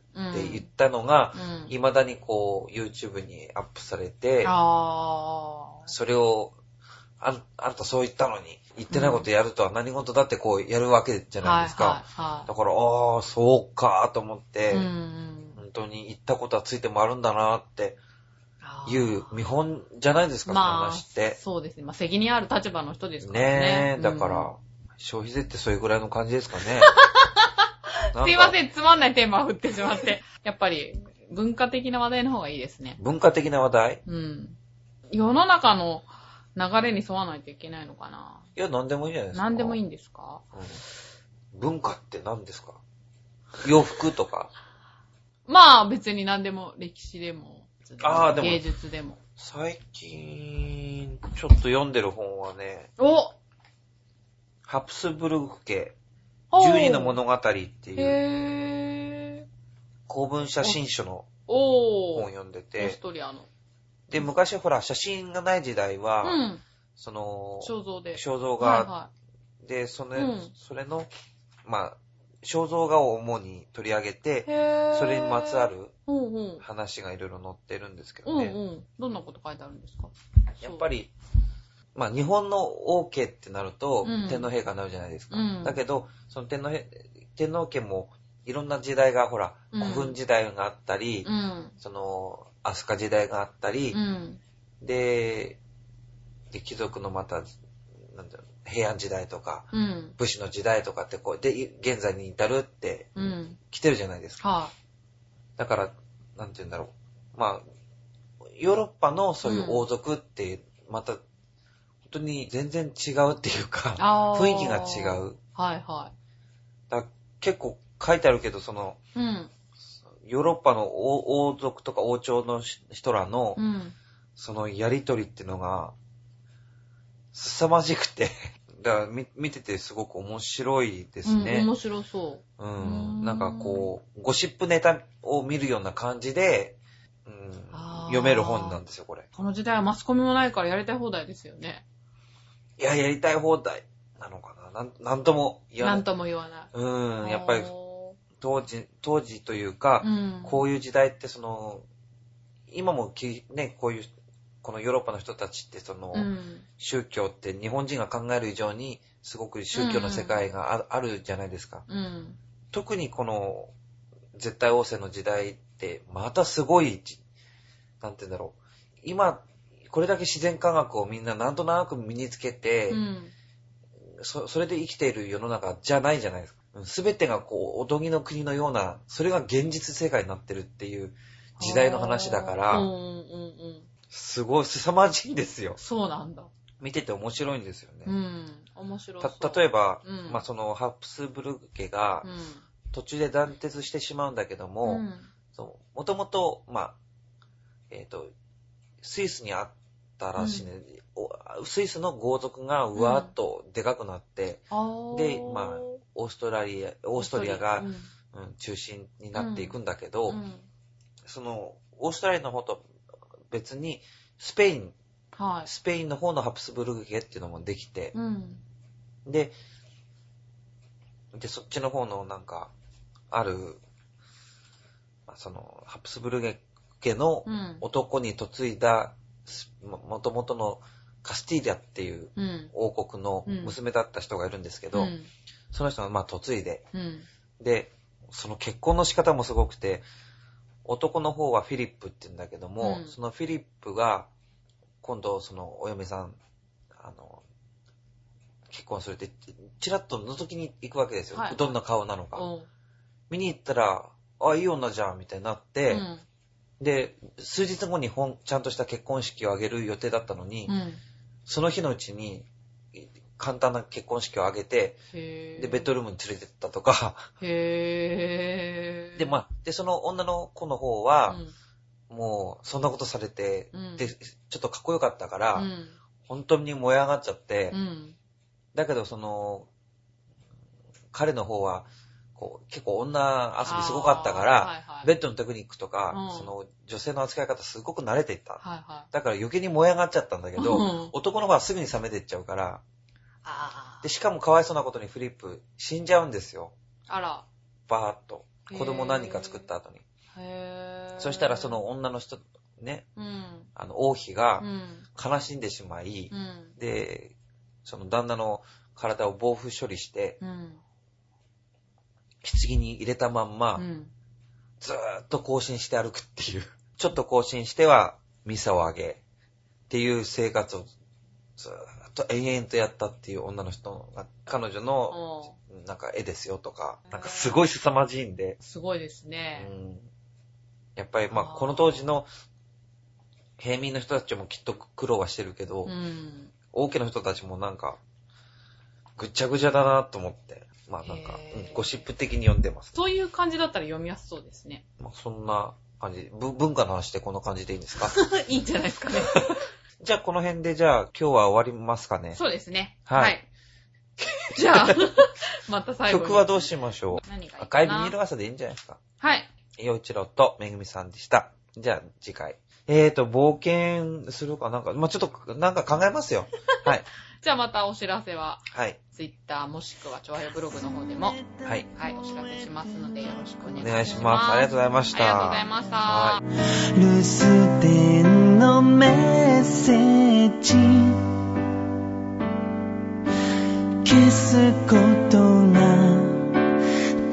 [SPEAKER 1] 言ったのが、
[SPEAKER 2] うん。
[SPEAKER 1] 未だにこう、YouTube にアップされて、
[SPEAKER 2] あー。
[SPEAKER 1] それを、あんあんたそう言ったのに、言ってないことやるとは何事だってこうやるわけじゃないですか。
[SPEAKER 2] はいはい
[SPEAKER 1] だ
[SPEAKER 2] は
[SPEAKER 1] から、ああ、そうかと思っ
[SPEAKER 2] い。
[SPEAKER 1] て、
[SPEAKER 2] うん
[SPEAKER 1] 本当に言ったことはついてもあるんだなって
[SPEAKER 2] あー
[SPEAKER 1] いう見本じゃないですか、
[SPEAKER 2] まあ
[SPEAKER 1] この話って。
[SPEAKER 2] そうですね。まあ、責任ある立場の人ですからね。
[SPEAKER 1] ねえ、だから、
[SPEAKER 2] うん
[SPEAKER 1] 消費税ってそれぐらいの感じですかね。
[SPEAKER 2] すいま
[SPEAKER 1] ん。
[SPEAKER 2] せん、つまんないテーマを振ってしまって。 やっぱり、文化的な話題の方がいいですね。
[SPEAKER 1] 文化的な話題
[SPEAKER 2] うん。世の中の流れに沿わないといけないのかな。
[SPEAKER 1] いや、何でもいいじゃないですか。
[SPEAKER 2] 何でもいい
[SPEAKER 1] い。
[SPEAKER 2] んですか
[SPEAKER 1] 文化って何ですか洋服とか
[SPEAKER 2] まあ、別に何でも、歴史でも、
[SPEAKER 1] あーでも
[SPEAKER 2] 芸術でも。
[SPEAKER 1] 最近、ちょっと読んでる本はね、
[SPEAKER 2] お
[SPEAKER 1] ハプスブルク家、
[SPEAKER 2] おー
[SPEAKER 1] 十二の物語っていう
[SPEAKER 2] へー。
[SPEAKER 1] 公文写真書の
[SPEAKER 2] お
[SPEAKER 1] 本
[SPEAKER 2] ー。
[SPEAKER 1] 読んで
[SPEAKER 2] オー
[SPEAKER 1] て
[SPEAKER 2] ス、トリアの。
[SPEAKER 1] で、昔ほら、写真がない時代
[SPEAKER 2] う
[SPEAKER 1] は、
[SPEAKER 2] ん。
[SPEAKER 1] その、
[SPEAKER 2] 肖像で。
[SPEAKER 1] 肖像
[SPEAKER 2] はい
[SPEAKER 1] 画
[SPEAKER 2] は
[SPEAKER 1] で、それ
[SPEAKER 2] うん
[SPEAKER 1] それの、まあ、肖像画を主に取り上げ
[SPEAKER 2] い。
[SPEAKER 1] て、
[SPEAKER 2] へー。
[SPEAKER 1] それにまつわ。る
[SPEAKER 2] うんうん。
[SPEAKER 1] 話がいろいろ載ってるんですけ
[SPEAKER 2] うん
[SPEAKER 1] ど
[SPEAKER 2] う
[SPEAKER 1] ね。
[SPEAKER 2] ん。どんなこと書いてあるんですか
[SPEAKER 1] やっぱ
[SPEAKER 2] り。
[SPEAKER 1] り、まあ日本の王家ってなると、
[SPEAKER 2] うん
[SPEAKER 1] 天皇陛下になるじゃないですか。
[SPEAKER 2] うん
[SPEAKER 1] だけど、その天皇へ、天皇家もいろんな時代が、ほら、
[SPEAKER 2] うん
[SPEAKER 1] 古墳時代があったり、
[SPEAKER 2] うん。
[SPEAKER 1] その、飛鳥時代があったり
[SPEAKER 2] う、ん。
[SPEAKER 1] で、で、貴族のまた、なんだろう、平安時代とか、
[SPEAKER 2] うん。
[SPEAKER 1] 武士の時代とかってこう、で、い現在に至るって
[SPEAKER 2] うん。
[SPEAKER 1] 来てるじゃないですか。
[SPEAKER 2] は
[SPEAKER 1] だから、なんて言うんだろう。まあ、ヨーロッパのそういう王族って、また、本当に全然違うっていう
[SPEAKER 2] い、
[SPEAKER 1] か、
[SPEAKER 2] あー
[SPEAKER 1] 雰囲気が違う。
[SPEAKER 2] はいは
[SPEAKER 1] だから結構書いてあるけど、その、
[SPEAKER 2] い。うん。
[SPEAKER 1] ヨーロッパの王王族とか王朝のし人らの、
[SPEAKER 2] うん。
[SPEAKER 1] そのやりとりってのが、凄まじくて、だから見見ててすごく面白いです
[SPEAKER 2] うん、
[SPEAKER 1] ね。
[SPEAKER 2] 面白そ
[SPEAKER 1] うん
[SPEAKER 2] うん
[SPEAKER 1] なんかこう、ゴシップネタを見るような感じで、うん
[SPEAKER 2] あー
[SPEAKER 1] 読める本なんですよ、これ。
[SPEAKER 2] う。この時代はマスコミもないからやりたい放題ですよね。
[SPEAKER 1] いや、やりたい放題なのかな。なんなんとも言わ
[SPEAKER 2] な
[SPEAKER 1] なんい。
[SPEAKER 2] とも言わな
[SPEAKER 1] うん、
[SPEAKER 2] い。
[SPEAKER 1] やっぱり
[SPEAKER 2] お
[SPEAKER 1] 当時、当時という
[SPEAKER 2] ー
[SPEAKER 1] か
[SPEAKER 2] う、ん。
[SPEAKER 1] こういう時代ってその、今もきね、こういう、このヨーロッパの人たちってその、
[SPEAKER 2] うん。
[SPEAKER 1] 宗教って日本人が考える以上にすごく宗教の世界があ,、るじゃないですか。
[SPEAKER 2] うん。
[SPEAKER 1] 特にこの絶対王政の時代ってまたすごいじ、なんて言うんだろう。今、これだけ自然科学をみんななんとなく身につけて、
[SPEAKER 2] うん。
[SPEAKER 1] そそれで生きている世の中じゃないじゃないですか。すべてがこう、おとぎの国のような、それが現実世界になってるっていう時代の話だか
[SPEAKER 2] あーうん
[SPEAKER 1] ら、
[SPEAKER 2] うんうん。
[SPEAKER 1] すごい凄まじいんですよ。
[SPEAKER 2] そうなんだ。
[SPEAKER 1] 見てて面白いんですよね。
[SPEAKER 2] うん。面白そう。
[SPEAKER 1] た、例えば、
[SPEAKER 2] うん
[SPEAKER 1] まあ、その、ハプスブルゲが
[SPEAKER 2] う、ん。
[SPEAKER 1] 途中で断絶してしまうんだけども、
[SPEAKER 2] うん
[SPEAKER 1] そのもともと、まあ、えっ、と、スイスにあったらしいね、おスイスの豪族がうわーっとでかくなって、
[SPEAKER 2] あー
[SPEAKER 1] でまあオーストラリア、オーストリアが、うん中心になっていくんだけど、
[SPEAKER 2] うんうん
[SPEAKER 1] その、オーストラリアの方と別に、スペイン、
[SPEAKER 2] はい。
[SPEAKER 1] スペインの方のハプスブルグ家っていうのもできて、
[SPEAKER 2] うん。
[SPEAKER 1] で、で、そっちの方のなんか、ある、まあその、ハプスブルゲ家の
[SPEAKER 2] うん。
[SPEAKER 1] 男に嫁いだ、すももともとのカスティーリャっていう
[SPEAKER 2] うん。
[SPEAKER 1] 王国の娘だった人がいるんですけど、
[SPEAKER 2] うん
[SPEAKER 1] その人がまあ嫁いで、
[SPEAKER 2] うん。
[SPEAKER 1] で、その結婚の仕方もすごくて、男の方はフィリップって言うんだけども、
[SPEAKER 2] うん
[SPEAKER 1] そのフィリップが、今度そのお嫁さん、あの、結婚するって、チラッと覗きに行くわけですよ。
[SPEAKER 2] はい
[SPEAKER 1] どんな顔なのか。
[SPEAKER 2] おう
[SPEAKER 1] 見に行ったら、あ、いい女じゃん、みたいになって、
[SPEAKER 2] うん
[SPEAKER 1] で、数日後に本ちゃんとした結婚式を挙げる予定だったのに、
[SPEAKER 2] うん。
[SPEAKER 1] その日のうちに、い簡単な結婚式を挙げて、
[SPEAKER 2] へ
[SPEAKER 1] で、ベッドルームに連れてったとか、
[SPEAKER 2] ル。へぇー。
[SPEAKER 1] で、まあ、で、その女の子の方は、
[SPEAKER 2] うん
[SPEAKER 1] もう、そんなことされて、
[SPEAKER 2] うん
[SPEAKER 1] で、ちょっとかっこよかったから、
[SPEAKER 2] うん。
[SPEAKER 1] 本当に燃え上がっちゃって、
[SPEAKER 2] うん。
[SPEAKER 1] だけど、その、彼の方は、こう、結構女遊びすごかったから、
[SPEAKER 2] あーはいはい
[SPEAKER 1] ベッドのテクニックとか、
[SPEAKER 2] うん
[SPEAKER 1] その、女性の扱い方すごく慣れていった。
[SPEAKER 2] はいはい。
[SPEAKER 1] だから余計に燃え上がっちゃったんだけど、
[SPEAKER 2] うん
[SPEAKER 1] 男の方はすぐに冷めていっちゃうから、
[SPEAKER 2] あ
[SPEAKER 1] で、しかもかわいそうなことにフリップ死んじゃうんですよ。
[SPEAKER 2] あ。あら。
[SPEAKER 1] バーっと。子供何人か作った後に。
[SPEAKER 2] へぇー。
[SPEAKER 1] そしたらそ、の女の人、ね、
[SPEAKER 2] うん。
[SPEAKER 1] あの、王妃が
[SPEAKER 2] う、ん。
[SPEAKER 1] 悲しんでしまい、
[SPEAKER 2] うん。
[SPEAKER 1] で、その旦那の体を防腐処理して、
[SPEAKER 2] うん。
[SPEAKER 1] 棺に入れたまんま、
[SPEAKER 2] うん。
[SPEAKER 1] ずーっと更新して歩くっていう。 ちょっと更新しては、ミサをあげ、っていう生活をずーっと延々とやったっていう女の人が、彼女の、
[SPEAKER 2] おう
[SPEAKER 1] なんか絵ですよとか
[SPEAKER 2] へ、ー
[SPEAKER 1] なんかすごい凄まじいんで、
[SPEAKER 2] すごいです
[SPEAKER 1] う
[SPEAKER 2] ね。
[SPEAKER 1] ん、やっぱりまあ
[SPEAKER 2] あー
[SPEAKER 1] この当時の平民の人たちもきっと苦労はしてるけど、
[SPEAKER 2] うん。
[SPEAKER 1] 王家の人たちもなんか、ぐっちゃぐちゃだなと思って、まあなんか、
[SPEAKER 2] へー
[SPEAKER 1] うんゴシップ的に読んでます。
[SPEAKER 2] そういう感じだったら読みやすそうですね。
[SPEAKER 1] まあそんな感じ、ぶ文化の話ってこんな感 じでいいんです か
[SPEAKER 2] いいんじゃないですかね。
[SPEAKER 1] じゃあこの辺でじゃあ今日は終わりますかね。
[SPEAKER 2] そうですね。
[SPEAKER 1] はい
[SPEAKER 2] い。 じゃあ、 また最後に。
[SPEAKER 1] 曲はどうしましょ
[SPEAKER 2] 何
[SPEAKER 1] う
[SPEAKER 2] がいい
[SPEAKER 1] 赤
[SPEAKER 2] か
[SPEAKER 1] いビニ
[SPEAKER 2] な
[SPEAKER 1] ール傘でいいんじゃないですか。
[SPEAKER 2] はい。
[SPEAKER 1] 洋一郎とめぐみさんでした。じゃあ次回。えーと、冒険するかなんか、まあちょっとなんか考えます よ。はい。
[SPEAKER 2] じゃあまたお知らせは、
[SPEAKER 1] はい。
[SPEAKER 2] Twitter もしくは、調和ブログの方でも、
[SPEAKER 1] はい。
[SPEAKER 2] はい、お知らせしますので、よろしくお願い
[SPEAKER 1] お
[SPEAKER 2] します。
[SPEAKER 1] 願いします。ありがとうございました。
[SPEAKER 2] ありがとうございました。
[SPEAKER 1] はい
[SPEAKER 3] 留守電のメッセージ消すことが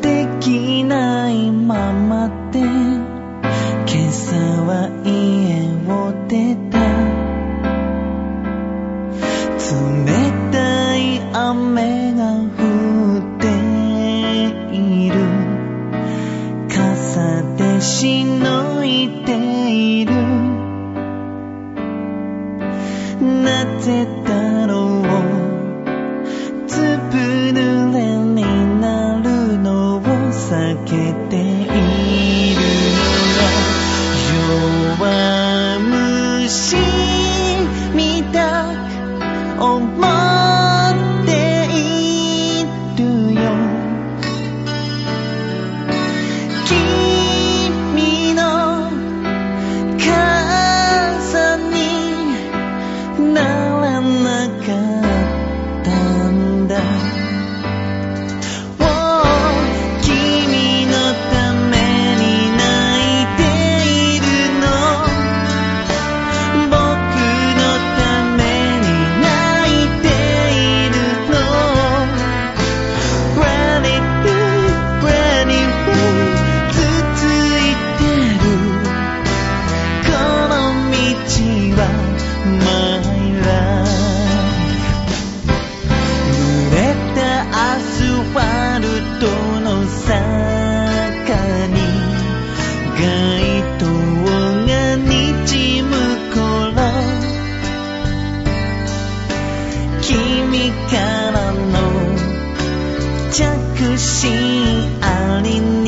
[SPEAKER 3] できないままで今朝は家を出たが降っている傘でしのいているなぜだろうつぶ濡れになるのを避けているのよ弱虫みたい思っているよ君の傘にならなかったんだ Oh 君のために泣いているの僕のために泣いているの「Run it away, run it away」「つついてる」「この道は My life」「濡れたアスファルトの坂に」街灯がにじむ頃君からの着信ありの